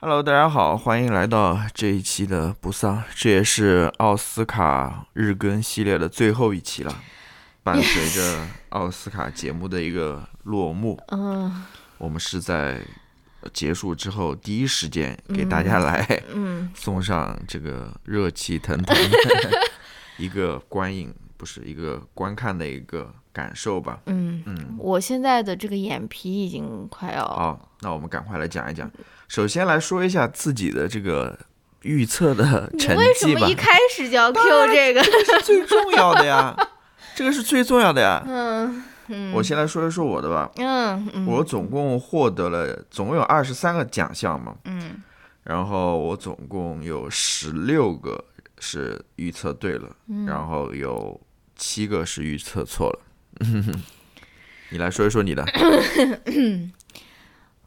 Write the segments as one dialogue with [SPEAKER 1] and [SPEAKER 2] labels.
[SPEAKER 1] Hello，大家好，欢迎来到这一期的不丧，这也是奥斯卡日更系列的最后一期了。伴随着奥斯卡节目的一个落幕，
[SPEAKER 2] 嗯
[SPEAKER 1] 我们是在结束之后第一时间给大家来
[SPEAKER 2] 嗯，
[SPEAKER 1] 送上这个热气腾 腾的一个观影，不是一个观看的一个感受吧？
[SPEAKER 2] 嗯，
[SPEAKER 1] 嗯，啊
[SPEAKER 2] 我现在的这个眼皮已经快要，
[SPEAKER 1] 好，那我们赶快来讲一讲。首先来说一下自己的这个预测的
[SPEAKER 2] 你
[SPEAKER 1] 成
[SPEAKER 2] 为什
[SPEAKER 1] 绩吧
[SPEAKER 2] 么一。开始就要 Q 这个？
[SPEAKER 1] 最重要的呀，这个是最重要的呀。
[SPEAKER 2] 嗯嗯，
[SPEAKER 1] 我先来说一说我的吧，
[SPEAKER 2] 嗯嗯
[SPEAKER 1] 我总共获得了总共有二十三个奖项嘛，
[SPEAKER 2] 嗯
[SPEAKER 1] 然后我总共有十六个是预测对了，
[SPEAKER 2] 嗯
[SPEAKER 1] 然后有七个是预测错了。 你来说一说你的，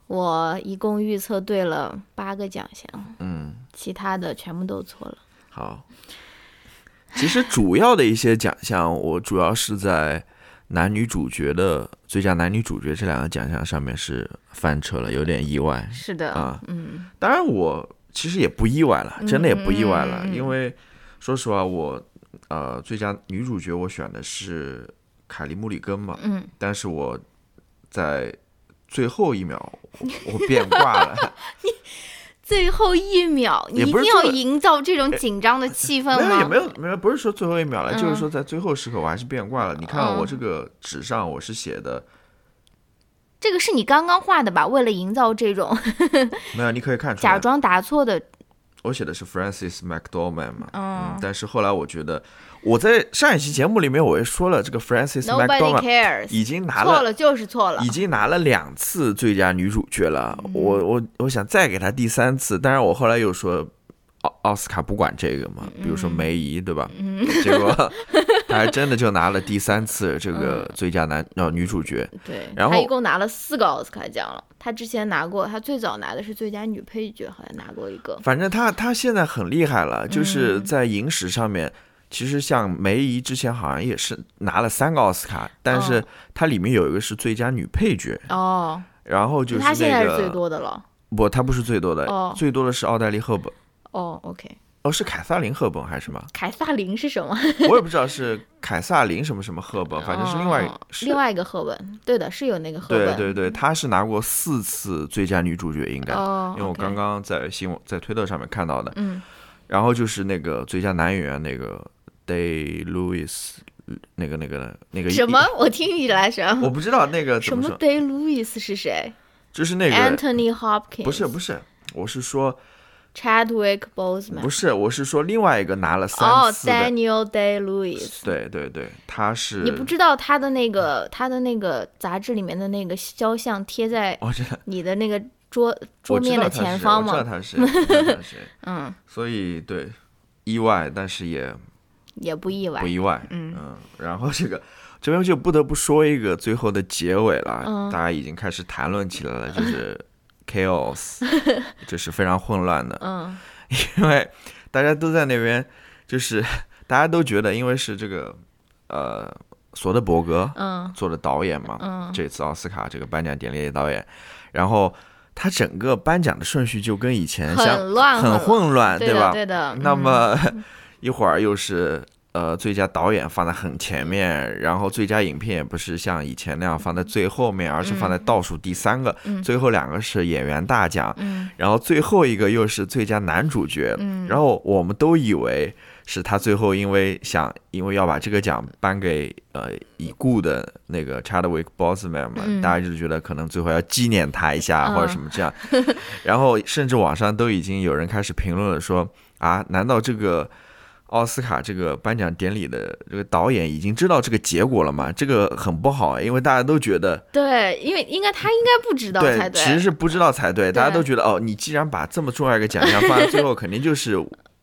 [SPEAKER 2] 我一共预测对了八个奖项，
[SPEAKER 1] 嗯，
[SPEAKER 2] 其他的全部都错了。
[SPEAKER 1] 好。其实主要的一些奖项，我主要是在男女主角的最佳男女主角这两个奖项上面是翻车了，有点意外。
[SPEAKER 2] 是的，
[SPEAKER 1] 啊
[SPEAKER 2] 嗯
[SPEAKER 1] 当然，我其实也不意外了，真的也不意外了，
[SPEAKER 2] 嗯嗯嗯嗯
[SPEAKER 1] 因为说实话，我呃，最佳女主角我选的是凯莉·穆里根嘛，
[SPEAKER 2] 嗯，
[SPEAKER 1] 但是我在最后一秒我我变卦了，
[SPEAKER 2] 最后一秒，你
[SPEAKER 1] 也
[SPEAKER 2] 一
[SPEAKER 1] 不是
[SPEAKER 2] 定要
[SPEAKER 1] 最后
[SPEAKER 2] 营造这种紧张的气氛
[SPEAKER 1] 没有也
[SPEAKER 2] 吗？
[SPEAKER 1] 没有没有，不是说最后一秒了，
[SPEAKER 2] 嗯
[SPEAKER 1] 就是说在最后时刻我还是变卦了。你看啊我
[SPEAKER 2] 嗯
[SPEAKER 1] 这个纸上我是写的，
[SPEAKER 2] 这个是你刚刚画的吧？为了营造这种
[SPEAKER 1] 没有，你可以看出
[SPEAKER 2] 假
[SPEAKER 1] 来，
[SPEAKER 2] 装答错的，
[SPEAKER 1] 我写的是 Francis McDormand 嘛，
[SPEAKER 2] 嗯
[SPEAKER 1] 但是后来我觉得我在上一期节目里面我也说了，这个 Francis
[SPEAKER 2] Nobody
[SPEAKER 1] McDormand
[SPEAKER 2] cares，
[SPEAKER 1] 已经拿
[SPEAKER 2] 错了就是错了嗯
[SPEAKER 1] 已。经拿了两次最佳女主角了，我我我想再给她第三次，但是我后来又说奥奥斯卡不管这个嘛，比如说梅姨对吧？
[SPEAKER 2] 嗯
[SPEAKER 1] 结果 她还真的就拿了第三次这
[SPEAKER 2] 嗯
[SPEAKER 1] 个最佳男呃女主角，
[SPEAKER 2] 对，
[SPEAKER 1] 然
[SPEAKER 2] 他
[SPEAKER 1] 后
[SPEAKER 2] 一共拿了四个奥斯卡奖了。他之前拿过，他最早拿的是最佳女配角，好像拿过一个。
[SPEAKER 1] 反正她她现在很厉害了，
[SPEAKER 2] 嗯
[SPEAKER 1] 就是在影史上面。其实像梅姨之前好像也是拿了三个奥斯卡，但是
[SPEAKER 2] 哦
[SPEAKER 1] 她里面有一个是最佳女配角，
[SPEAKER 2] 哦，
[SPEAKER 1] 然后就是
[SPEAKER 2] 他现在
[SPEAKER 1] 那
[SPEAKER 2] 是最
[SPEAKER 1] 个
[SPEAKER 2] 多的了。
[SPEAKER 1] 不，她不是最多的，
[SPEAKER 2] 哦
[SPEAKER 1] 最多的是奥黛丽赫本。
[SPEAKER 2] 哦，OK，
[SPEAKER 1] 哦，是凯撒琳·赫本还是什么？
[SPEAKER 2] 凯撒琳是什么？
[SPEAKER 1] 我也不知道是凯撒琳什么什么赫本，反正是另外一
[SPEAKER 2] 哦
[SPEAKER 1] 是
[SPEAKER 2] 另外一个赫本。对的，是有那个赫
[SPEAKER 1] 对
[SPEAKER 2] 本。嗯
[SPEAKER 1] 对对，她是拿过四次最佳女主角，应该，
[SPEAKER 2] 哦，
[SPEAKER 1] 因为我
[SPEAKER 2] OK
[SPEAKER 1] 刚刚在新闻在推特上面看到的。
[SPEAKER 2] 嗯
[SPEAKER 1] 然后就是那个最佳男演员那个 Day Lewis，那个那个那个
[SPEAKER 2] 什么？？ 我听起来什
[SPEAKER 1] 我
[SPEAKER 2] 么？
[SPEAKER 1] 不知道那个
[SPEAKER 2] 什
[SPEAKER 1] 怎
[SPEAKER 2] 么
[SPEAKER 1] 说，
[SPEAKER 2] Day Lewis 是谁
[SPEAKER 1] 就是那个
[SPEAKER 2] ？Anthony Hopkins
[SPEAKER 1] 不是不是，我是说
[SPEAKER 2] Chadwick
[SPEAKER 1] 不
[SPEAKER 2] Boseman。
[SPEAKER 1] 是，我是说另外一个拿了三
[SPEAKER 2] 哦
[SPEAKER 1] 次的，
[SPEAKER 2] ，Daniel Day Lewis。
[SPEAKER 1] 对对对，他是
[SPEAKER 2] 你不知道他的那个他的那个杂志里面的那个肖像贴在
[SPEAKER 1] 我知道
[SPEAKER 2] 你的那个桌桌
[SPEAKER 1] 我知
[SPEAKER 2] 面的
[SPEAKER 1] 道他
[SPEAKER 2] 前
[SPEAKER 1] 是谁
[SPEAKER 2] 方
[SPEAKER 1] 我知道
[SPEAKER 2] 吗？
[SPEAKER 1] 他是谁，我知道他是谁。
[SPEAKER 2] 嗯，
[SPEAKER 1] 所以对，意外，但是也
[SPEAKER 2] 也不意外
[SPEAKER 1] 不。意外。
[SPEAKER 2] 嗯
[SPEAKER 1] 然后这个这边就不得不说一个最后的结尾了，
[SPEAKER 2] 嗯
[SPEAKER 1] 大家已经开始谈论起来了，就是 chaos，这是非常混乱的，
[SPEAKER 2] 嗯
[SPEAKER 1] 因为大家都在那边，就是 大家都觉得，因为是这个呃索德伯格
[SPEAKER 2] 嗯
[SPEAKER 1] 做的导演嘛，
[SPEAKER 2] 嗯
[SPEAKER 1] 这次奥斯卡这个颁奖典礼的导演，然后。他整个颁奖的顺序就跟以前像
[SPEAKER 2] 很乱
[SPEAKER 1] 很
[SPEAKER 2] 很
[SPEAKER 1] 混乱，
[SPEAKER 2] 对
[SPEAKER 1] 吧
[SPEAKER 2] 的？对的。
[SPEAKER 1] 那
[SPEAKER 2] 嗯
[SPEAKER 1] 么 一会儿又是呃最佳导演放在很前面，然后最佳影片也不是像以前那样放在最后面，而是放在倒数第三个，
[SPEAKER 2] 嗯
[SPEAKER 1] 最后两个是演员大奖，
[SPEAKER 2] 嗯
[SPEAKER 1] 然后最后一个又是最佳男主角，
[SPEAKER 2] 嗯
[SPEAKER 1] 然后我们都以为是他最后因为想因为要把这个奖颁给呃已故的那个 Chadwick Boseman 嘛，
[SPEAKER 2] 嗯
[SPEAKER 1] 大家就觉得可能最后要纪念他一下、
[SPEAKER 2] 嗯
[SPEAKER 1] 或者什么这样，然后甚至网上都已经有人开始评论了说啊，难道这个？奥斯卡这个颁奖典礼的这个导演已经知道这个结果了吗？这个很不好，因为大家都觉得
[SPEAKER 2] 对，因为应该他应该不知道才
[SPEAKER 1] 其实是不知道才对，大家都觉得哦，你既然把这么重要一个奖项放在 最后，肯定就是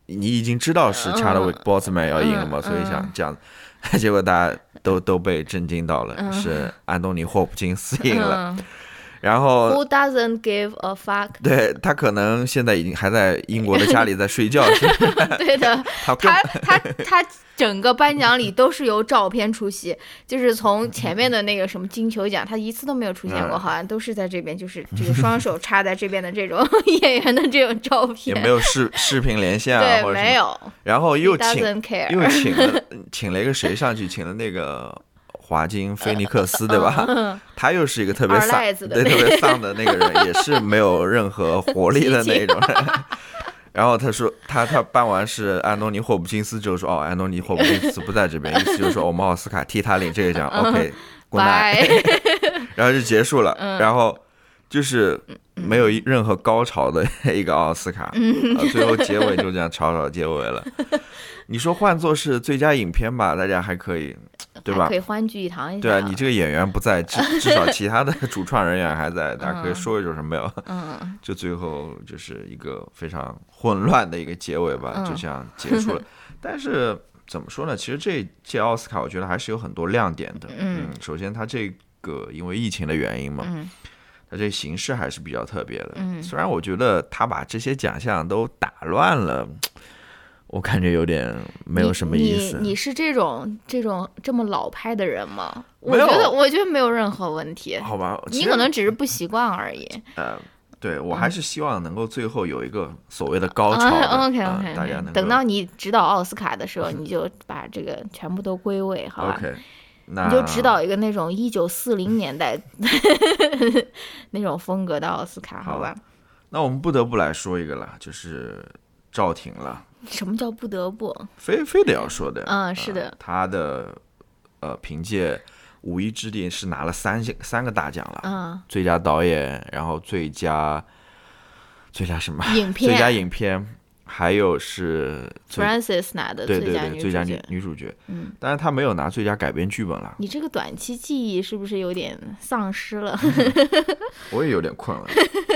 [SPEAKER 1] 你已经知道是 Chadwick Boseman 要赢了嘛，
[SPEAKER 2] 嗯
[SPEAKER 1] 所以想
[SPEAKER 2] 嗯
[SPEAKER 1] 这样， 结果大家都都被震惊到了，
[SPEAKER 2] 嗯
[SPEAKER 1] 是安东尼霍普金斯赢了。呃
[SPEAKER 2] 嗯
[SPEAKER 1] 然后
[SPEAKER 2] Who doesn't give a fuck？
[SPEAKER 1] 对他可能现在已经还在英国的家里在睡 觉，是吧
[SPEAKER 2] 对的，
[SPEAKER 1] 他根
[SPEAKER 2] 他他他整个颁奖礼都是由照片出席，就是从前面的那个什么金球奖，他一次都没有出现过，
[SPEAKER 1] 嗯
[SPEAKER 2] 好像都是在这边，就是这个双手插在这边的这种 演员的这种照
[SPEAKER 1] 也
[SPEAKER 2] 片，
[SPEAKER 1] 没有视视频连线啊，
[SPEAKER 2] 对，
[SPEAKER 1] 或者
[SPEAKER 2] 没
[SPEAKER 1] 什么，
[SPEAKER 2] 有
[SPEAKER 1] 然后又
[SPEAKER 2] ，He
[SPEAKER 1] 请
[SPEAKER 2] doesn't care，
[SPEAKER 1] 又请了请了一个谁上去？请了那个华金菲尼克斯，对吧？ 他又是一个特别
[SPEAKER 2] 嗯二
[SPEAKER 1] 丧
[SPEAKER 2] 赖，子的
[SPEAKER 1] 对，
[SPEAKER 2] 那
[SPEAKER 1] 特别丧的 那个人，也是没有任何活力的那种人。 然后他说，他他办完是安东尼霍普金斯之后说，哦，安东尼霍普金斯不在这边，意思就是说我们奥斯卡替他领这个 奖，OK，good night，
[SPEAKER 2] 拜，
[SPEAKER 1] 然后就结束了。然后就是没有一任何高潮的 一个奥斯卡，啊最后结尾就这样草草结尾了。你说换作是最佳影片吧，大家还可以， 对吧
[SPEAKER 2] 可？以欢聚一堂一下，
[SPEAKER 1] 对啊，你这个演员不在，至至少其他的主创人员还在，大家可以
[SPEAKER 2] 嗯
[SPEAKER 1] 说一说什么没有？
[SPEAKER 2] 嗯，
[SPEAKER 1] 就最后就是一个非常混乱的一个结尾吧，
[SPEAKER 2] 嗯
[SPEAKER 1] 就这样结 束了。但是怎么说呢？其实这届奥斯卡，我觉得还是有很多亮点的。
[SPEAKER 2] 嗯，
[SPEAKER 1] 首先它这个因为疫情的原因嘛，
[SPEAKER 2] 嗯
[SPEAKER 1] 它这形式还是比较特别的。
[SPEAKER 2] 嗯
[SPEAKER 1] 虽然我觉得他把这些奖项都打乱了，我感觉有点没有什么意思。
[SPEAKER 2] 你你你是这种这种这么老派的人吗？我
[SPEAKER 1] 没有
[SPEAKER 2] 觉得我觉得没有任何问题，
[SPEAKER 1] 好吧，其
[SPEAKER 2] 你
[SPEAKER 1] 实
[SPEAKER 2] 可能只是不习惯而已。
[SPEAKER 1] 呃，对我
[SPEAKER 2] 嗯
[SPEAKER 1] 还是希望能够最后有一个所谓的高潮的、
[SPEAKER 2] OK
[SPEAKER 1] 呃
[SPEAKER 2] 啊哦 OK，
[SPEAKER 1] 大家能够
[SPEAKER 2] 等到你指导奥斯卡的 时候，你就把这个全部都归位，好吧？
[SPEAKER 1] OK，那
[SPEAKER 2] 你就指导一个那种一九 四零年代 那种风格的奥斯卡，好吧？
[SPEAKER 1] 那我们不得不来说一个了，就是赵婷了，
[SPEAKER 2] 什么叫不得不？
[SPEAKER 1] 非非得要说的。啊
[SPEAKER 2] 嗯，是的，
[SPEAKER 1] 她的呃，凭借《无依之地》是拿了三项三个大奖了，
[SPEAKER 2] 嗯，
[SPEAKER 1] 最佳导演，然后最佳最佳什么？
[SPEAKER 2] 影
[SPEAKER 1] 最佳
[SPEAKER 2] 片
[SPEAKER 1] 影片，还有是最
[SPEAKER 2] Francis 拿的
[SPEAKER 1] 对
[SPEAKER 2] 最
[SPEAKER 1] 对
[SPEAKER 2] 佳
[SPEAKER 1] 对
[SPEAKER 2] 女
[SPEAKER 1] 最
[SPEAKER 2] 主
[SPEAKER 1] 佳女
[SPEAKER 2] 角。
[SPEAKER 1] 女主角，
[SPEAKER 2] 嗯，
[SPEAKER 1] 但是她没有拿最佳改编剧本了，
[SPEAKER 2] 你这个短期记忆是不是有点丧失 了？
[SPEAKER 1] 我也有点 困了。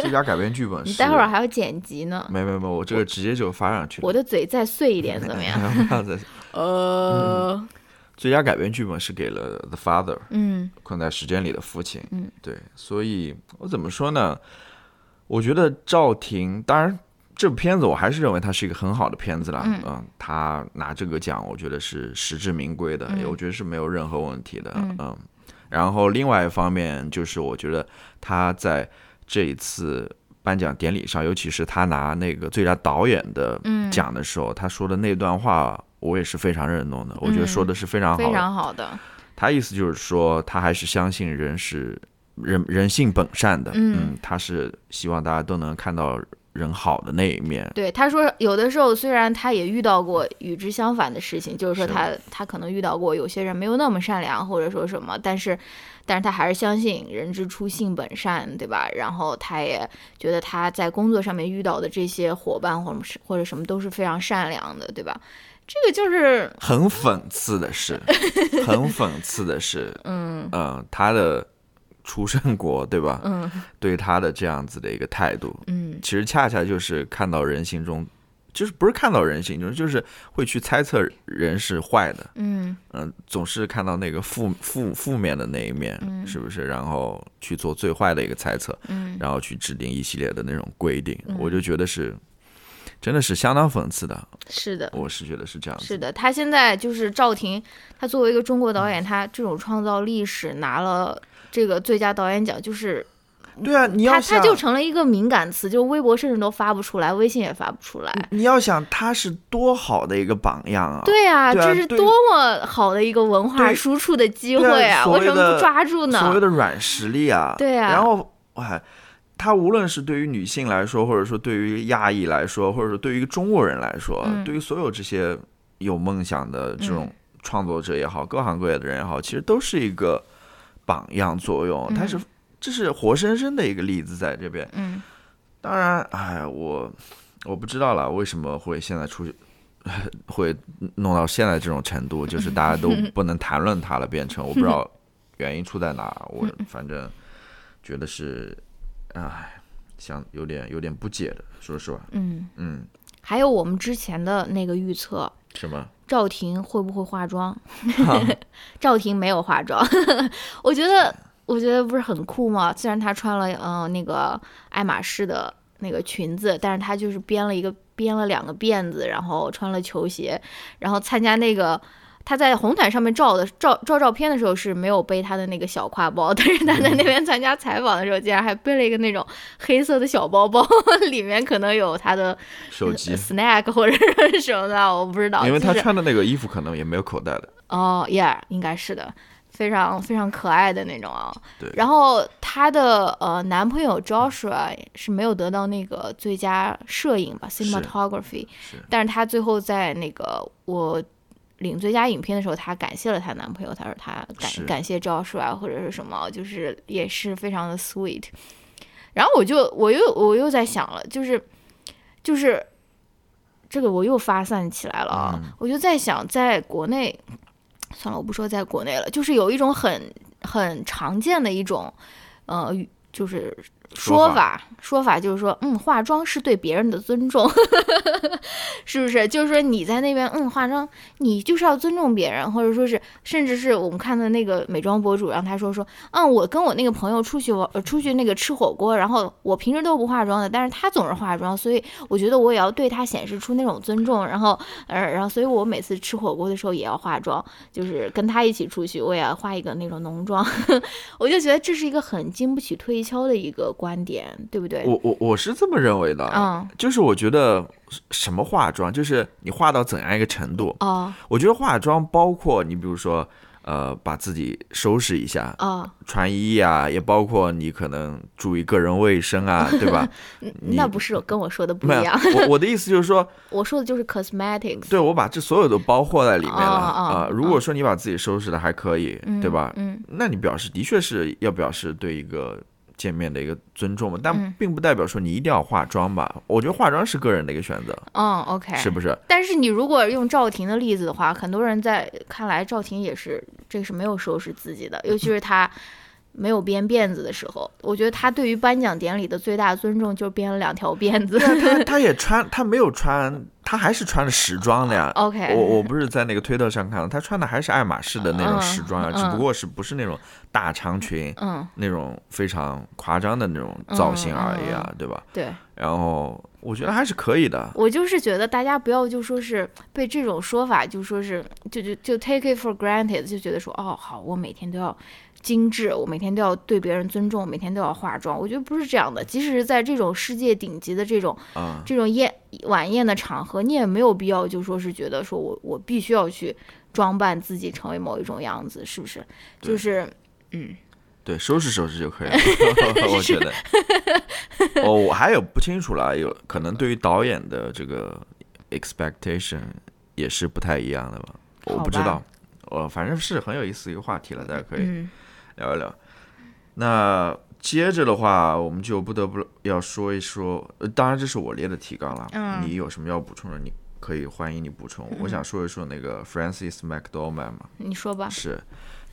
[SPEAKER 1] 最佳改编剧本是，
[SPEAKER 2] 你待会儿还要剪辑呢。
[SPEAKER 1] 没没没，我这个直接就发上去了
[SPEAKER 2] 我。的嘴再碎一点怎 么样？
[SPEAKER 1] 不要再
[SPEAKER 2] 呃，
[SPEAKER 1] 最佳改编剧本是给了《The Father》，
[SPEAKER 2] 嗯
[SPEAKER 1] 困在时间里的父亲。
[SPEAKER 2] 嗯，
[SPEAKER 1] 对，所以我怎么说呢？我觉得赵婷，当然这部片子我还是认为它是一个很好的片子啦。嗯，她拿这个奖，我觉得是实至名归的，
[SPEAKER 2] 嗯
[SPEAKER 1] 我觉得是没有任何问题的。嗯然后另外一方面就是，我觉得她在这一次。颁奖典礼上，尤其是她拿那个最佳导演的
[SPEAKER 2] 嗯，
[SPEAKER 1] 奖的时候，她说的那段话，我也是非常认同的。我觉得说的是非常好
[SPEAKER 2] 嗯非
[SPEAKER 1] 的，
[SPEAKER 2] 常好的，
[SPEAKER 1] 他意思就是说，他还是相信人是人人性本善的，
[SPEAKER 2] 嗯
[SPEAKER 1] 他是希望大家都能看到人好的那一面，
[SPEAKER 2] 对，他说有的时候虽然他也遇到过与之相反的事情，就是说
[SPEAKER 1] 是
[SPEAKER 2] 他他可能遇到过有些人没有那么善良或者说什么，但是但是他还是相信人之初性本善，对吧？然后他也觉得他在工作上面遇到的这些伙伴或者是或者什么都是非常善良的，对吧？这个就是
[SPEAKER 1] 很讽刺的 是，很讽刺的是，
[SPEAKER 2] 嗯
[SPEAKER 1] 嗯，他的出生国对吧？
[SPEAKER 2] 嗯
[SPEAKER 1] 对他的这样子的一个态度，
[SPEAKER 2] 嗯
[SPEAKER 1] 其实恰恰就是看到人性中，就是不是看到人性中，就是会去猜测人是坏的，
[SPEAKER 2] 嗯
[SPEAKER 1] 嗯，总是看到那个负负负面的那一面，
[SPEAKER 2] 嗯
[SPEAKER 1] 是不是？然后去做最坏的一个猜测，
[SPEAKER 2] 嗯，
[SPEAKER 1] 然后去制定一系列的那种规定，
[SPEAKER 2] 嗯
[SPEAKER 1] 我就觉得是，真的是相当讽刺的。
[SPEAKER 2] 是的。
[SPEAKER 1] 我是觉得是这样子。
[SPEAKER 2] 是的，他现在就是赵婷，他作为一个中国导演，他这种创造历史拿了这个最佳导演奖，就是
[SPEAKER 1] 对啊，你要
[SPEAKER 2] 他他
[SPEAKER 1] 想，
[SPEAKER 2] 就成了一个敏感词，就微博甚至都发不出来，微信也发不出来。
[SPEAKER 1] 你要想他是多好的一个榜样啊！
[SPEAKER 2] 对啊，
[SPEAKER 1] 对啊
[SPEAKER 2] 这是
[SPEAKER 1] 对
[SPEAKER 2] 多么好的一个文化
[SPEAKER 1] 对
[SPEAKER 2] 输出的机会
[SPEAKER 1] 对啊
[SPEAKER 2] 啊！
[SPEAKER 1] 所
[SPEAKER 2] 为
[SPEAKER 1] 谓
[SPEAKER 2] 什么
[SPEAKER 1] 的
[SPEAKER 2] 不抓住
[SPEAKER 1] 所谓
[SPEAKER 2] 呢？
[SPEAKER 1] 的软实力啊，
[SPEAKER 2] 对啊
[SPEAKER 1] 然后哎，他无论是对于女性来说，或者说对于亚裔来说，或者说对于一个中国人来说，
[SPEAKER 2] 嗯
[SPEAKER 1] 对于所有这些有梦想的这种创作者也好，各行各业的人也好，其实都是一个榜样作用。他是这是活生生的一个例子在这边。
[SPEAKER 2] 嗯，
[SPEAKER 1] 当然，哎，我我不知道了，为什么会现在出 去。会弄到现在这种程度，就是大 家都不能谈论它了，变成我不知道原因出在哪儿。我
[SPEAKER 2] 嗯
[SPEAKER 1] 反正觉得是，哎，想有点有点不解的，说实话，
[SPEAKER 2] 嗯，
[SPEAKER 1] 嗯，
[SPEAKER 2] 还有我们之前的那个预测，
[SPEAKER 1] 什么？
[SPEAKER 2] 赵 婷会不会化妆？赵婷没有化妆，我觉得我觉得不是很酷吗？虽然她穿了嗯、呃那个爱马仕的那个裙子，但是她就是编了一个编了两个辫子，然后穿了球鞋，然后参加那个。她在红毯上面照的照照照片的时候是没有背她的那个小挎包， 但是她在那边参加采访的时候，竟然还背了一个那种黑色的小包 包，里面可能有她的
[SPEAKER 1] 手机，
[SPEAKER 2] snack 或者是什么的，我不知道。
[SPEAKER 1] 因为她
[SPEAKER 2] 就是
[SPEAKER 1] 穿的那个衣服可能也没有口袋的，
[SPEAKER 2] 哦，yeah，应该是的，非常非常可爱的那种啊。
[SPEAKER 1] 对
[SPEAKER 2] 然后她的呃男朋友 Joshua 是没有得到那个最佳摄影吧
[SPEAKER 1] 是
[SPEAKER 2] cinematography，
[SPEAKER 1] 是
[SPEAKER 2] 但是她最后在那个我领最佳影片的时候，她感谢了她男朋友，她说她
[SPEAKER 1] 是
[SPEAKER 2] 感感谢 Joshua 或者是什么，就是也是非常的 sweet。然后我就我又我又在想了，就是就是这个我又发散起来了啊！
[SPEAKER 1] 嗯
[SPEAKER 2] 我就在想，在国内，算了，我不说在国内了，就是有一种很很常见的一种，呃，就是
[SPEAKER 1] 说
[SPEAKER 2] 说法，说法就是说，嗯，化妆是对别人的尊重， 是不是？就是说你在那边，嗯，化妆，你就是要尊重别人，或者说是，甚至是我们看的那个美妆博主，让他说说，嗯，我跟我那个朋友出去玩，呃出去那个吃火锅，然后我平时都不化妆的，但是他总是化妆，所以我觉得我也要对他显示出那种尊重，然后，呃，然后，所以我每次吃火锅的时候也要化妆，就是跟他一起出去，我也要化一个那种浓妆， 我就觉得这是一个很经不起推敲的一个观点，对不对？
[SPEAKER 1] 我我我是这么认为的，
[SPEAKER 2] 呃嗯，
[SPEAKER 1] 就是我觉得什么化妆，就是你化到怎样一个程度，
[SPEAKER 2] 哦
[SPEAKER 1] 我觉得化妆包括你比如说。呃，把自己收拾一下，
[SPEAKER 2] 哦，
[SPEAKER 1] 穿衣啊，也包括你可能注意个人卫生啊，对吧？你
[SPEAKER 2] 那不是跟我说的 不
[SPEAKER 1] 没
[SPEAKER 2] 一
[SPEAKER 1] 有
[SPEAKER 2] 样，，
[SPEAKER 1] 我我的意思就是说，
[SPEAKER 2] 我说的就是 cosmetics。
[SPEAKER 1] 对我把这所有都包括在里面了
[SPEAKER 2] 哦哦
[SPEAKER 1] 啊、
[SPEAKER 2] 哦
[SPEAKER 1] 如果说你把自己收拾的还可以，
[SPEAKER 2] 嗯
[SPEAKER 1] 对吧？
[SPEAKER 2] 嗯，
[SPEAKER 1] 那你表示的确是要表示对一个见面的一个尊重嘛，但
[SPEAKER 2] 嗯
[SPEAKER 1] 并不代表说你一定要化妆吧。我觉得化妆是个人的一个选择，
[SPEAKER 2] 嗯，OK。
[SPEAKER 1] 是 不是？
[SPEAKER 2] 但是你如果用赵婷的例子的话，很多人在看来，赵婷也是这是没有收拾自己的，尤其是她没有编辫子的时候，我觉得她对于颁奖典礼的最大尊重就是编了两条辫子。
[SPEAKER 1] 他他也穿，他没有穿，他还是穿了时装的呀。
[SPEAKER 2] 哦 OK，
[SPEAKER 1] 我我不是在那个推特上看的，他穿的还是爱马仕的那种
[SPEAKER 2] 嗯
[SPEAKER 1] 时装啊，
[SPEAKER 2] 嗯
[SPEAKER 1] 只不过是不是那种大长裙，
[SPEAKER 2] 嗯，
[SPEAKER 1] 那种非常夸张的那种造型而已啊，对吧？
[SPEAKER 2] 对
[SPEAKER 1] 然后我觉得还是可以的，
[SPEAKER 2] 我就是觉得大家不要就说是被这种说法就说是就就就 take it for granted，就觉得说哦好，我每天都要精致，我每天都要对别人尊重，每天都要化妆。我觉得不是这样的，即使是在这种世界顶级的这种
[SPEAKER 1] 嗯，
[SPEAKER 2] 这种宴晚宴的场合，你也没有必要就说是觉得说我我必须要去装扮自己成为某一种样子，是不是？
[SPEAKER 1] 对
[SPEAKER 2] 就是
[SPEAKER 1] 对，收拾收拾就可 以了，我觉得。哦，我还有不清楚了，有可能对于导演的这个 expectation 也是不太一样的吧，我
[SPEAKER 2] 好
[SPEAKER 1] 不知
[SPEAKER 2] 吧
[SPEAKER 1] 道。呃，反正是很有意思一个话题了，大家可以
[SPEAKER 2] 嗯
[SPEAKER 1] 聊一聊。那接着的话，我们就不得不要说一说，呃当然这是我列的提纲了，
[SPEAKER 2] 嗯
[SPEAKER 1] 你有什么要补充的，你可以欢迎你补充。我想说一说那个 Francis McDormand 嘛，
[SPEAKER 2] 你说吧，
[SPEAKER 1] 是，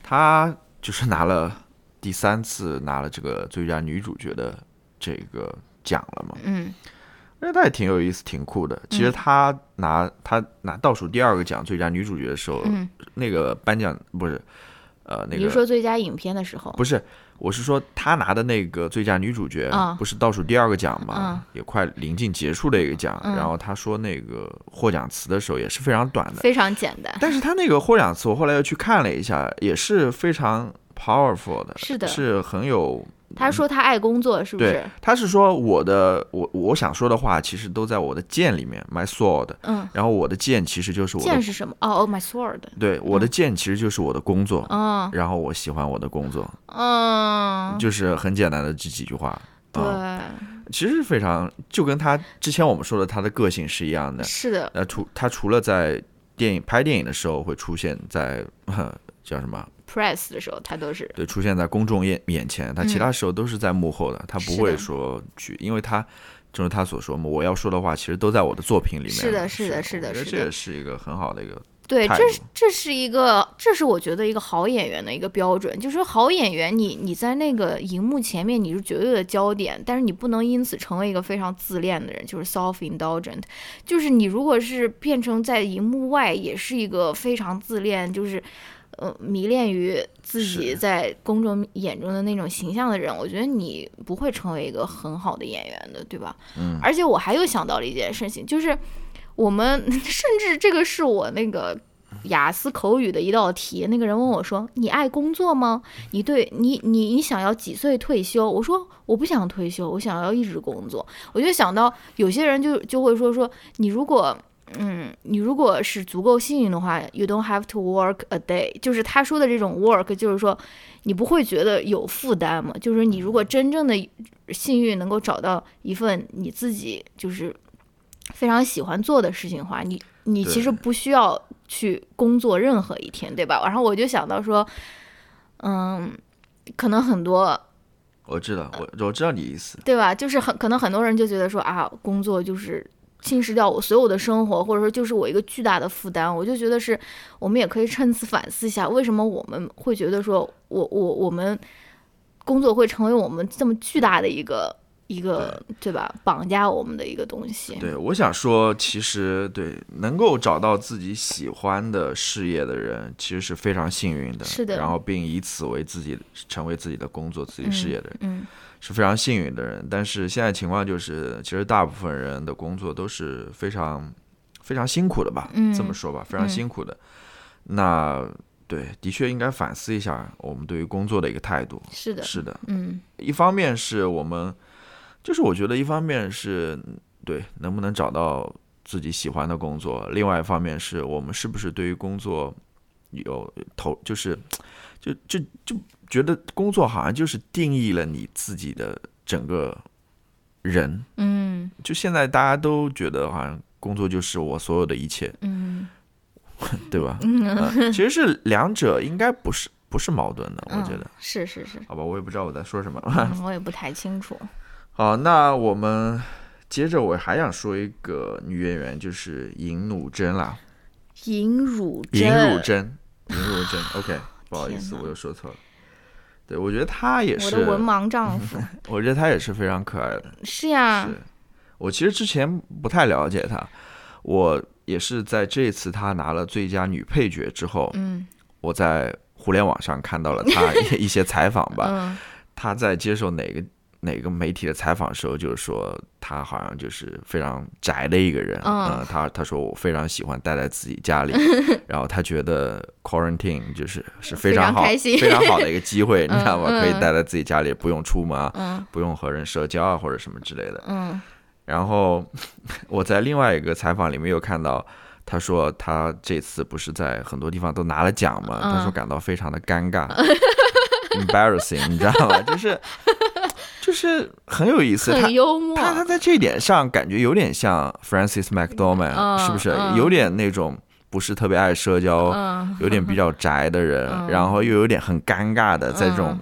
[SPEAKER 1] 她就是拿了第三次拿了这个最佳女主角的这个奖了嘛。哎
[SPEAKER 2] 嗯
[SPEAKER 1] 那她也挺有意思，挺酷的。其实她拿她拿倒数第二个奖最佳女主角的时候，
[SPEAKER 2] 嗯，
[SPEAKER 1] 那个颁奖不是，呃，那
[SPEAKER 2] 你是
[SPEAKER 1] 个
[SPEAKER 2] 说最佳影片的时候，
[SPEAKER 1] 不是，我是说她拿的那个最佳女主角、
[SPEAKER 2] 啊
[SPEAKER 1] 不是倒数第二个奖嘛，也快临近结束的一个奖。
[SPEAKER 2] 嗯
[SPEAKER 1] 然后她说那个获奖词的时候也是非呃常短的，
[SPEAKER 2] 非常简单，
[SPEAKER 1] 但是他那个获奖词，我后来又去看了一下，也是非常 powerful 的，
[SPEAKER 2] 是的
[SPEAKER 1] 是很有。
[SPEAKER 2] 他说他爱工作，是不
[SPEAKER 1] 对
[SPEAKER 2] 是？，
[SPEAKER 1] 他是说我的我我想说的话，其实都在我的剑里面，my sword。
[SPEAKER 2] 嗯，
[SPEAKER 1] 然后我的剑其实就是我
[SPEAKER 2] 剑
[SPEAKER 1] 的，
[SPEAKER 2] 是什么？哦，Oh my sword。
[SPEAKER 1] 对，我的剑其实就是我的工作。
[SPEAKER 2] 嗯
[SPEAKER 1] 然后我喜欢我的工作，
[SPEAKER 2] 嗯，
[SPEAKER 1] 就是很简单的这几句话。
[SPEAKER 2] 对，
[SPEAKER 1] 嗯其实非常就跟他之前我们说的他的个性是一样的。
[SPEAKER 2] 是的，
[SPEAKER 1] 那除他除了在电影拍电影的时候会出现在 叫什么
[SPEAKER 2] press 的时候他都是
[SPEAKER 1] 对，出现在公众眼眼前，他其
[SPEAKER 2] 嗯
[SPEAKER 1] 他时候都是在幕后的，他不
[SPEAKER 2] 是
[SPEAKER 1] 会
[SPEAKER 2] 的
[SPEAKER 1] 说去，因为他正如他所说嘛，我要说的话其实都在我的作品里面。
[SPEAKER 2] 是的是的是
[SPEAKER 1] 我
[SPEAKER 2] 的
[SPEAKER 1] 觉得
[SPEAKER 2] 是
[SPEAKER 1] 这
[SPEAKER 2] 的
[SPEAKER 1] 也是一个很好的一个
[SPEAKER 2] 对，
[SPEAKER 1] 态
[SPEAKER 2] 这是
[SPEAKER 1] 度
[SPEAKER 2] 这是一个，这是我觉得一个好演员的一个标准，就是好演员你，你在那个荧幕前面你是绝对的焦点，但是你不能因此成为一个非常自恋的人，就是 self indulgent，就是你如果是变成在荧幕外，也是一个非常自恋，就是。呃迷恋于自己
[SPEAKER 1] 是
[SPEAKER 2] 在公众眼中的那种形象的人，我觉得你不会成为一个很好的演员的，对吧？
[SPEAKER 1] 嗯。
[SPEAKER 2] 而且我还又想到了一件事情，就是我们 甚至这个是我那个。雅思口语的一道题，那个人问我说：“你爱工作吗？你对你你你想要几岁退休？”我说：“我不想退休，我想要一直工作。”我就想到有些人就就会说说你如果嗯，你如果是足够幸运的话，you don't have to work a day，就是他说的这种 work，就是说你不会觉得有负担嘛？就是你如果真正的幸运能够找到一份你自己就是非常喜欢做的事情的话，你你
[SPEAKER 1] 对
[SPEAKER 2] 其实不需要去工作任何一天，对吧？然后我就想到说，嗯，可能很多
[SPEAKER 1] 我知
[SPEAKER 2] 呃
[SPEAKER 1] 道，我我知道你意思。
[SPEAKER 2] 对吧？就是很可能很多人就觉得说啊，工作就是侵蚀掉我所有的生活，或者说就是我一个巨大的负担。我就觉得是，我们也可以趁此反思一下，为什么我们会觉得说我我我们工作会成为我们这么巨大的一个一个对吧？绑架我们的一个东西。
[SPEAKER 1] 对，我想说，其实对能够找到自己喜欢的事业的人，其实是非常幸运的。
[SPEAKER 2] 是的
[SPEAKER 1] 然后并以此为自己成为自己的工作、自己事业的人，
[SPEAKER 2] 嗯，
[SPEAKER 1] 是非常幸运的人。但是现在情况就是，其实大部分人的工作都是非常非常辛苦的吧？
[SPEAKER 2] 嗯
[SPEAKER 1] 这么说吧，非常
[SPEAKER 2] 嗯
[SPEAKER 1] 辛苦的。那对，的确应该反思一下我们对于工作的一个态度。
[SPEAKER 2] 是的，
[SPEAKER 1] 是的，
[SPEAKER 2] 嗯，
[SPEAKER 1] 一方面是我们，就是我觉得一方面是对能不能找到自己喜欢的工作，另外一方面是我们是不是对于工作有投，就是就就就觉得工作好像就是定义了你自己的整个人。
[SPEAKER 2] 嗯，
[SPEAKER 1] 就现在大家都觉得好像工作就是我所有的一切，
[SPEAKER 2] 嗯，
[SPEAKER 1] 对吧？嗯，其实是两者应该不是不是矛盾的，我觉得
[SPEAKER 2] 嗯。是
[SPEAKER 1] ，
[SPEAKER 2] 是是
[SPEAKER 1] 好吧，我也不知道我在说什么。
[SPEAKER 2] 嗯我也不太清楚。
[SPEAKER 1] 好，那我们接着，我还想说一个女演员，就是尹汝贞啦，
[SPEAKER 2] 尹汝
[SPEAKER 1] 尹
[SPEAKER 2] 贞
[SPEAKER 1] 汝贞，尹汝贞 ，OK，不好意思，
[SPEAKER 2] 天哪
[SPEAKER 1] 我又说错了。对，我觉得她也
[SPEAKER 2] 我
[SPEAKER 1] 是，
[SPEAKER 2] 的文
[SPEAKER 1] 我
[SPEAKER 2] 盲丈 夫
[SPEAKER 1] 觉得她也是非常可爱的。
[SPEAKER 2] 是呀，
[SPEAKER 1] 是我其实之前不太了解她，我也是在这次她拿了最佳女配角之后，
[SPEAKER 2] 嗯
[SPEAKER 1] 我在互联网上看到了 她一些采访吧，
[SPEAKER 2] 嗯
[SPEAKER 1] 他在接受哪个哪个媒体的采访的时候，就是说他好像就是非常宅的一个人，
[SPEAKER 2] 嗯
[SPEAKER 1] 呃他他说我非常喜欢待在自己 家里，然后他觉得 quarantine 就是是非常好、
[SPEAKER 2] 非常开心
[SPEAKER 1] 非常好的一个机 会，你知道吗？
[SPEAKER 2] 嗯嗯
[SPEAKER 1] 可以待在自己家里，不用出门啊，
[SPEAKER 2] 嗯
[SPEAKER 1] 不用和人社交啊或者什么之类的。
[SPEAKER 2] 嗯
[SPEAKER 1] 然后我在另外一个采访里面有看到。他说他这次不是在很多地方都拿了奖嘛？
[SPEAKER 2] 嗯
[SPEAKER 1] 他说感到非常的尴 尬，embarrassing，你知道吗？就是就是很有意思，他
[SPEAKER 2] 很幽默，
[SPEAKER 1] 他他在这一点上感觉有点像 Francis McDormand，、
[SPEAKER 2] 嗯
[SPEAKER 1] 是不是？
[SPEAKER 2] 嗯
[SPEAKER 1] 有点那种不是特别爱社交，
[SPEAKER 2] 嗯
[SPEAKER 1] 有点比较宅的人，
[SPEAKER 2] 嗯
[SPEAKER 1] 然后又有点很尴尬的，在这种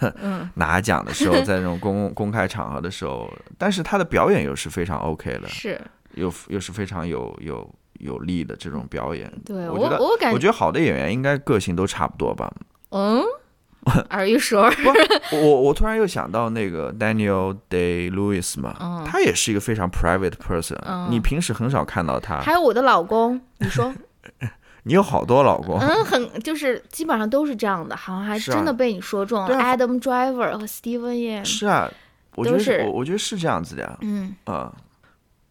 [SPEAKER 1] 哦
[SPEAKER 2] 嗯，
[SPEAKER 1] 拿奖的时 候，在这种公公开场合的时候，但是他的表演又是非常 OK 的，
[SPEAKER 2] 是
[SPEAKER 1] 又又是非常有有有力的这种表演。
[SPEAKER 2] 对
[SPEAKER 1] 我
[SPEAKER 2] 我
[SPEAKER 1] 觉得
[SPEAKER 2] 我感
[SPEAKER 1] 我觉得好的演员应该个性都差不多吧。
[SPEAKER 2] 嗯，Are you sure？
[SPEAKER 1] 我我我突然又想到那个 Daniel Day Lewis 嘛，
[SPEAKER 2] 嗯
[SPEAKER 1] 他也是一个非常 private person，、
[SPEAKER 2] 嗯
[SPEAKER 1] 你平时很少看到他。
[SPEAKER 2] 还有我的老公， 你说，
[SPEAKER 1] 你有好多老公，
[SPEAKER 2] 嗯，很就是基本上都是这样的，好像还
[SPEAKER 1] 哦是啊
[SPEAKER 2] 真的被你说中了。
[SPEAKER 1] 对啊
[SPEAKER 2] Adam Driver 和 Steven Yeun，
[SPEAKER 1] 是啊，我觉得
[SPEAKER 2] 都是
[SPEAKER 1] 我我觉得是这样子的呀，
[SPEAKER 2] 嗯，
[SPEAKER 1] 嗯，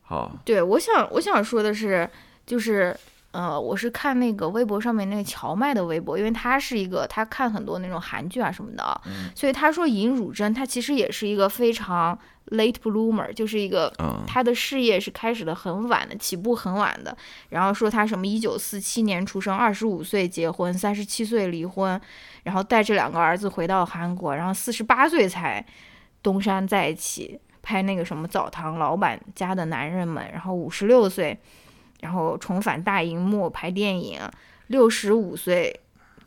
[SPEAKER 1] 好，
[SPEAKER 2] 对，我想我想说的是，就是。呃，我是看那个微博上面那个乔麦的微博，因为他是一个他看很多那种韩剧啊什么的啊，
[SPEAKER 1] 嗯
[SPEAKER 2] 所以他说尹汝贞她其实也是一个非常 late bloomer，就是一个
[SPEAKER 1] 嗯，
[SPEAKER 2] 他的事业是开始的很晚的，起步很晚的。然后说他什么一九四七年出生，二十五岁结婚，三十七岁离婚，然后带着两个儿子回到韩国，然后四十八岁才东山再起，拍那个什么澡堂老板家的男人们，然后五十六岁，然后重返大荧幕拍电影，六十五岁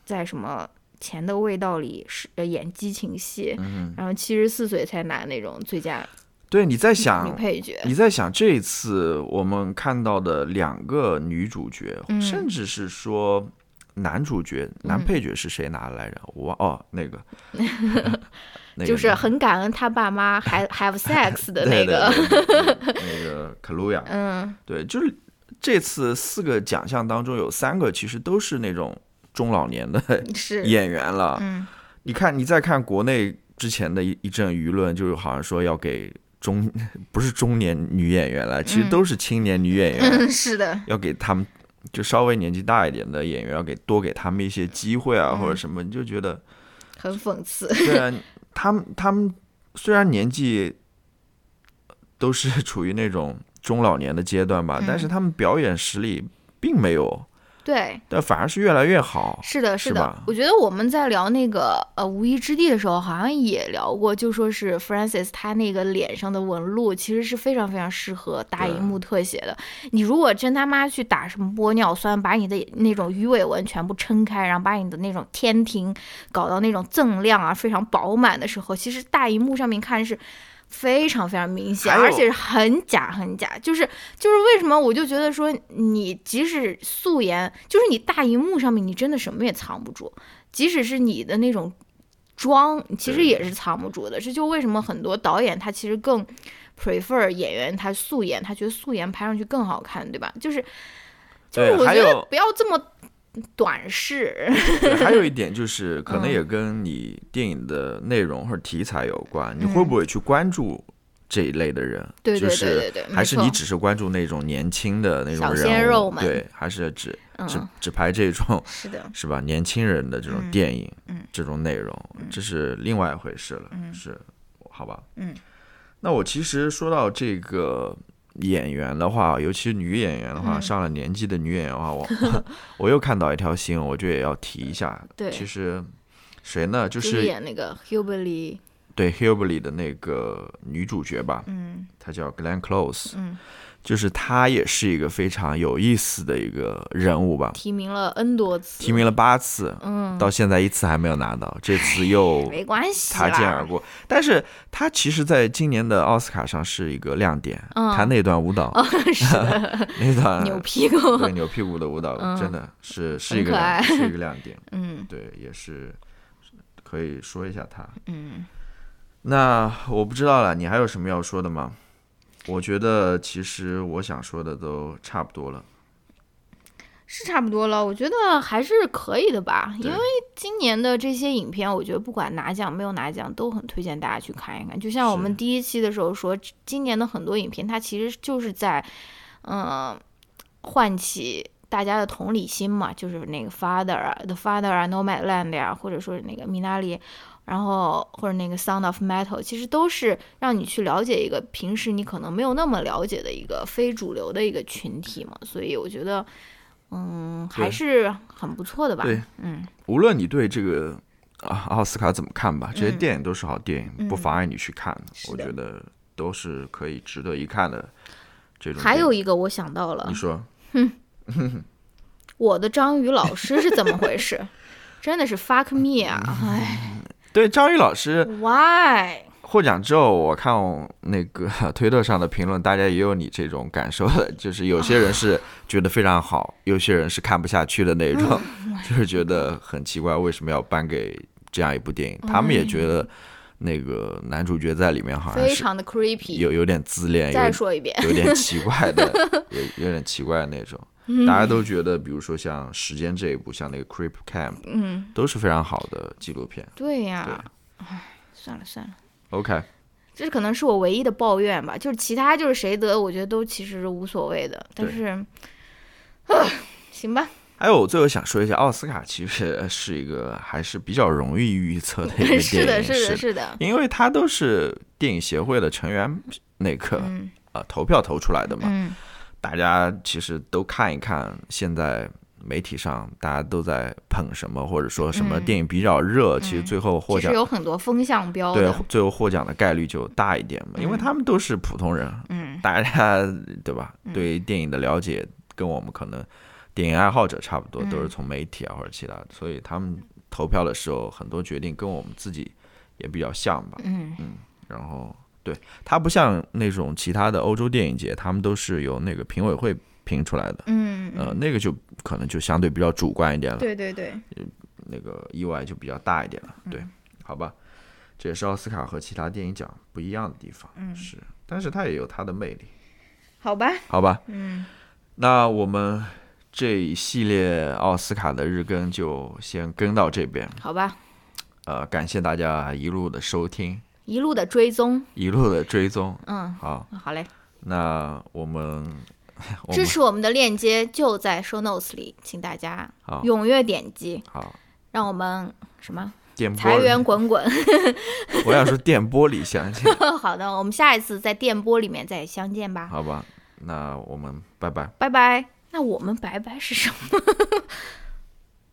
[SPEAKER 2] 在什么。钱的味道里是呃演激情戏，然后七十四岁才拿那种最佳
[SPEAKER 1] 对，你在
[SPEAKER 2] 女
[SPEAKER 1] 想，
[SPEAKER 2] 配角，
[SPEAKER 1] 你在想这一次我们看到的两个女主角，
[SPEAKER 2] 嗯
[SPEAKER 1] 甚至是说男主角、男配角是谁拿的来着？我忘哦，那 个，那个
[SPEAKER 2] 就是很感恩他爸妈还 have sex 的那个，
[SPEAKER 1] 对对对对那个克鲁亚，
[SPEAKER 2] 嗯
[SPEAKER 1] 对，就是这次四个奖项当中有三个其实都是那种中老年的
[SPEAKER 2] 是，
[SPEAKER 1] 演员了。
[SPEAKER 2] 嗯，
[SPEAKER 1] 你看，你再看国内之前的一一阵舆论，就是好像说要给中 不是中年女演员了，其实
[SPEAKER 2] 嗯
[SPEAKER 1] 都是青年女演员，
[SPEAKER 2] 是的，
[SPEAKER 1] 要给他们就稍微年纪大一点的演员，要给多给他们一些机会啊，或者
[SPEAKER 2] 嗯
[SPEAKER 1] 什么，你就觉得
[SPEAKER 2] 很讽刺。
[SPEAKER 1] 虽然他 们他们虽然年纪都是处于那种中老年的阶段吧，但是
[SPEAKER 2] 嗯
[SPEAKER 1] 他们表演实力并没有，
[SPEAKER 2] 对，
[SPEAKER 1] 但反而是越来越好。
[SPEAKER 2] 是的，
[SPEAKER 1] 哦是
[SPEAKER 2] 的
[SPEAKER 1] 吧。
[SPEAKER 2] 我觉得我们在聊那个呃无意之地的时候，好像也聊过，就说是 Francis 他那个脸上的纹路其实是非常非常适合大
[SPEAKER 1] 对
[SPEAKER 2] 荧幕特写的。你如果真他妈去打什么玻尿酸，把你的那种鱼尾纹全部撑开，然后把你的那种天庭搞到那种锃亮啊非常饱满的时候，其实大荧幕上面看是。非常非常明显，
[SPEAKER 1] 还有
[SPEAKER 2] 而且是很假很假，就是就是为什么我就觉得说你即使素颜，就是你大荧幕上面你真的什么也藏不住，即使是你的那种妆，其实
[SPEAKER 1] 对
[SPEAKER 2] 也是藏不住的。这就为什么很多导演他其实更 prefer 演员他素颜，他觉得素颜拍上去更好看，对吧？就是就是
[SPEAKER 1] 对
[SPEAKER 2] 我
[SPEAKER 1] 还
[SPEAKER 2] 觉得
[SPEAKER 1] 有
[SPEAKER 2] 不要这么短视，
[SPEAKER 1] 对还有一点就是，可能
[SPEAKER 2] 嗯
[SPEAKER 1] 也跟你电影的内容或者题材有关，你
[SPEAKER 2] 嗯
[SPEAKER 1] 会不会去关注这一类的人？
[SPEAKER 2] 对对
[SPEAKER 1] 就
[SPEAKER 2] 对
[SPEAKER 1] 是
[SPEAKER 2] 对对，没
[SPEAKER 1] 还是
[SPEAKER 2] 错
[SPEAKER 1] 你只是关注那种年轻的那种
[SPEAKER 2] 小
[SPEAKER 1] 人
[SPEAKER 2] 鲜
[SPEAKER 1] 物
[SPEAKER 2] 肉们
[SPEAKER 1] 对，还是只只
[SPEAKER 2] 嗯
[SPEAKER 1] 只拍这种
[SPEAKER 2] 是的，
[SPEAKER 1] 是吧？年轻人的这种
[SPEAKER 2] 嗯
[SPEAKER 1] 电影，
[SPEAKER 2] 嗯
[SPEAKER 1] 这种内容，这是另外一回事了，
[SPEAKER 2] 嗯
[SPEAKER 1] 是，好吧？
[SPEAKER 2] 嗯。
[SPEAKER 1] 那我其实说到这个演员的话，尤其是女演员的话，
[SPEAKER 2] 嗯
[SPEAKER 1] 上了年纪的女演员的话，我 我又看到一条新闻，我觉得也要提一下。
[SPEAKER 2] 对
[SPEAKER 1] 其实谁呢？就
[SPEAKER 2] 就是演那个 Hubley，
[SPEAKER 1] 对《Hillbilly》的那个女主角吧，
[SPEAKER 2] 嗯
[SPEAKER 1] 她叫 Glenn Close，
[SPEAKER 2] 嗯，
[SPEAKER 1] 就是她也是一个非常有意思的一个人物吧，
[SPEAKER 2] 提名了 N 多次，
[SPEAKER 1] 提名了八次，
[SPEAKER 2] 嗯，哎
[SPEAKER 1] 到现在一次还没有拿到，这次又
[SPEAKER 2] 没关系
[SPEAKER 1] 擦肩而
[SPEAKER 2] 啦，
[SPEAKER 1] 过。但是他其实在今年的奥斯卡上是一个亮点，
[SPEAKER 2] 嗯
[SPEAKER 1] 他那段舞蹈， 那段
[SPEAKER 2] 扭屁股，
[SPEAKER 1] 对扭屁股的舞蹈，
[SPEAKER 2] 嗯
[SPEAKER 1] 真的是是
[SPEAKER 2] 很
[SPEAKER 1] 一个
[SPEAKER 2] 可
[SPEAKER 1] 亮
[SPEAKER 2] 爱
[SPEAKER 1] 是一个亮点，
[SPEAKER 2] 嗯
[SPEAKER 1] 对，也是可以说一下他。
[SPEAKER 2] 嗯，
[SPEAKER 1] 那我不知道了，你还有什么要说的吗？我觉得其实我想说的都差不多了。
[SPEAKER 2] 是差不多了，我觉得还是可以的吧，因
[SPEAKER 1] 对
[SPEAKER 2] 为今年的这些影片，我觉得不管拿奖没有拿奖，都很推荐大家去看一看。就像我们
[SPEAKER 1] 是
[SPEAKER 2] 第一期的时候说，今年的很多影片，它其实就是在，嗯、唤起大家的同理心嘛，就是那个 Father 啊，The Father 啊，Nomadland 呀、或者说是那个米纳里，然后或者那个 Sound of Metal，其实都是让你去了解一个平时你可能没有那么了解的一个非主流的一个群体嘛，所以我觉得，嗯，
[SPEAKER 1] 对
[SPEAKER 2] 还是很不错的吧。
[SPEAKER 1] 对
[SPEAKER 2] 嗯，
[SPEAKER 1] 无论你对这个啊奥斯卡怎么看吧，这些
[SPEAKER 2] 嗯
[SPEAKER 1] 电影都是好电影，不
[SPEAKER 2] 嗯
[SPEAKER 1] 妨碍你去看。
[SPEAKER 2] 是
[SPEAKER 1] 我
[SPEAKER 2] 的
[SPEAKER 1] 觉得都是可以值得一看的这种电影。
[SPEAKER 2] 还有一个我想到了
[SPEAKER 1] 你，说
[SPEAKER 2] 我的章鱼老师是怎么回事？真的是 fuck me 啊！
[SPEAKER 1] 嗯
[SPEAKER 2] 哎
[SPEAKER 1] 对张宇老师
[SPEAKER 2] ，why？
[SPEAKER 1] 获奖之后，我看那个 推特上的评论，大家也有你这种感受的，就是有些人是觉得非常好，有些人是看不下去的那种，
[SPEAKER 2] 嗯
[SPEAKER 1] 就是觉得很奇怪，为什么要颁给这样一部电影？他们也觉得那个男主角在里面好像
[SPEAKER 2] 嗯
[SPEAKER 1] 啊
[SPEAKER 2] 非
[SPEAKER 1] 是
[SPEAKER 2] 常的 creepy。
[SPEAKER 1] 有有点自恋，有
[SPEAKER 2] 再
[SPEAKER 1] 点
[SPEAKER 2] 说一遍，
[SPEAKER 1] 有点奇怪的，有有点奇怪的那种。
[SPEAKER 2] 嗯
[SPEAKER 1] 大家都觉得，比如说像《时间》这一部，像那个《Creep Camp》，
[SPEAKER 2] 嗯，
[SPEAKER 1] 都是非常好的纪录片。
[SPEAKER 2] 对呀、
[SPEAKER 1] 对
[SPEAKER 2] 唉，算了算了。
[SPEAKER 1] OK，
[SPEAKER 2] 这可能是我唯一的抱怨吧，就是其他就是谁得，我觉得都其实无所谓的。但
[SPEAKER 1] 对
[SPEAKER 2] 是，啊，行吧，
[SPEAKER 1] 还有我最后想说一下，奥斯卡其实呃是一个还是比较容易预测的一个
[SPEAKER 2] 是
[SPEAKER 1] 电
[SPEAKER 2] 的，
[SPEAKER 1] 影，
[SPEAKER 2] 是的，
[SPEAKER 1] 是的，啊
[SPEAKER 2] 是的，
[SPEAKER 1] 因为它都是电影协会的成员那个
[SPEAKER 2] 嗯
[SPEAKER 1] 呃投票投出来的嘛，
[SPEAKER 2] 嗯，
[SPEAKER 1] 大家其实都看一看现在。媒体上大家都在捧什么，或者说什么
[SPEAKER 2] 嗯
[SPEAKER 1] 电影比较热，其实
[SPEAKER 2] 嗯
[SPEAKER 1] 最后获
[SPEAKER 2] 其
[SPEAKER 1] 奖
[SPEAKER 2] 实有很多风向标
[SPEAKER 1] 对
[SPEAKER 2] 的，，
[SPEAKER 1] 最后获奖的概率就大一点嘛，因为
[SPEAKER 2] 嗯
[SPEAKER 1] 他们都是普通人，
[SPEAKER 2] 嗯，
[SPEAKER 1] 大家对吧？对电影的了解跟我们可能电影爱好者差不多，都是
[SPEAKER 2] 嗯
[SPEAKER 1] 从媒体啊或者其他的，所以他们投票的时候很多决定跟我们自己也比较像吧。
[SPEAKER 2] 嗯，
[SPEAKER 1] 然后对它不像那种其他的欧洲电影节，他们都是由那个评委会评出来的，
[SPEAKER 2] 嗯，
[SPEAKER 1] 呃，那个就可能就相对比较主观一点了。
[SPEAKER 2] 对对对，
[SPEAKER 1] 那个意外就比较大一点了。对，好吧，这也是奥斯卡和其他电影奖不一样的地方，
[SPEAKER 2] 嗯
[SPEAKER 1] 是，但是它也有它的魅力，
[SPEAKER 2] 好吧，
[SPEAKER 1] 好吧？
[SPEAKER 2] 嗯，
[SPEAKER 1] 那我们这一系列奥斯卡的日更就先跟到这边。
[SPEAKER 2] 好吧，
[SPEAKER 1] 呃，感谢大家一路的收听，
[SPEAKER 2] 一路的追踪，
[SPEAKER 1] 一路的追踪。
[SPEAKER 2] 嗯，
[SPEAKER 1] 好，
[SPEAKER 2] 好嘞，
[SPEAKER 1] 那我们我
[SPEAKER 2] 支
[SPEAKER 1] 们
[SPEAKER 2] 持我们的链接就在 show notes 里，请大家
[SPEAKER 1] 好
[SPEAKER 2] 踊跃点击，
[SPEAKER 1] 好
[SPEAKER 2] 让我们什么
[SPEAKER 1] 电波
[SPEAKER 2] 财源滚滚。
[SPEAKER 1] 我想说电波里相见，
[SPEAKER 2] 好的，我们下一次在电波里面再相见吧，
[SPEAKER 1] 好吧？那我们拜拜。
[SPEAKER 2] 拜拜。那我们拜拜是什么？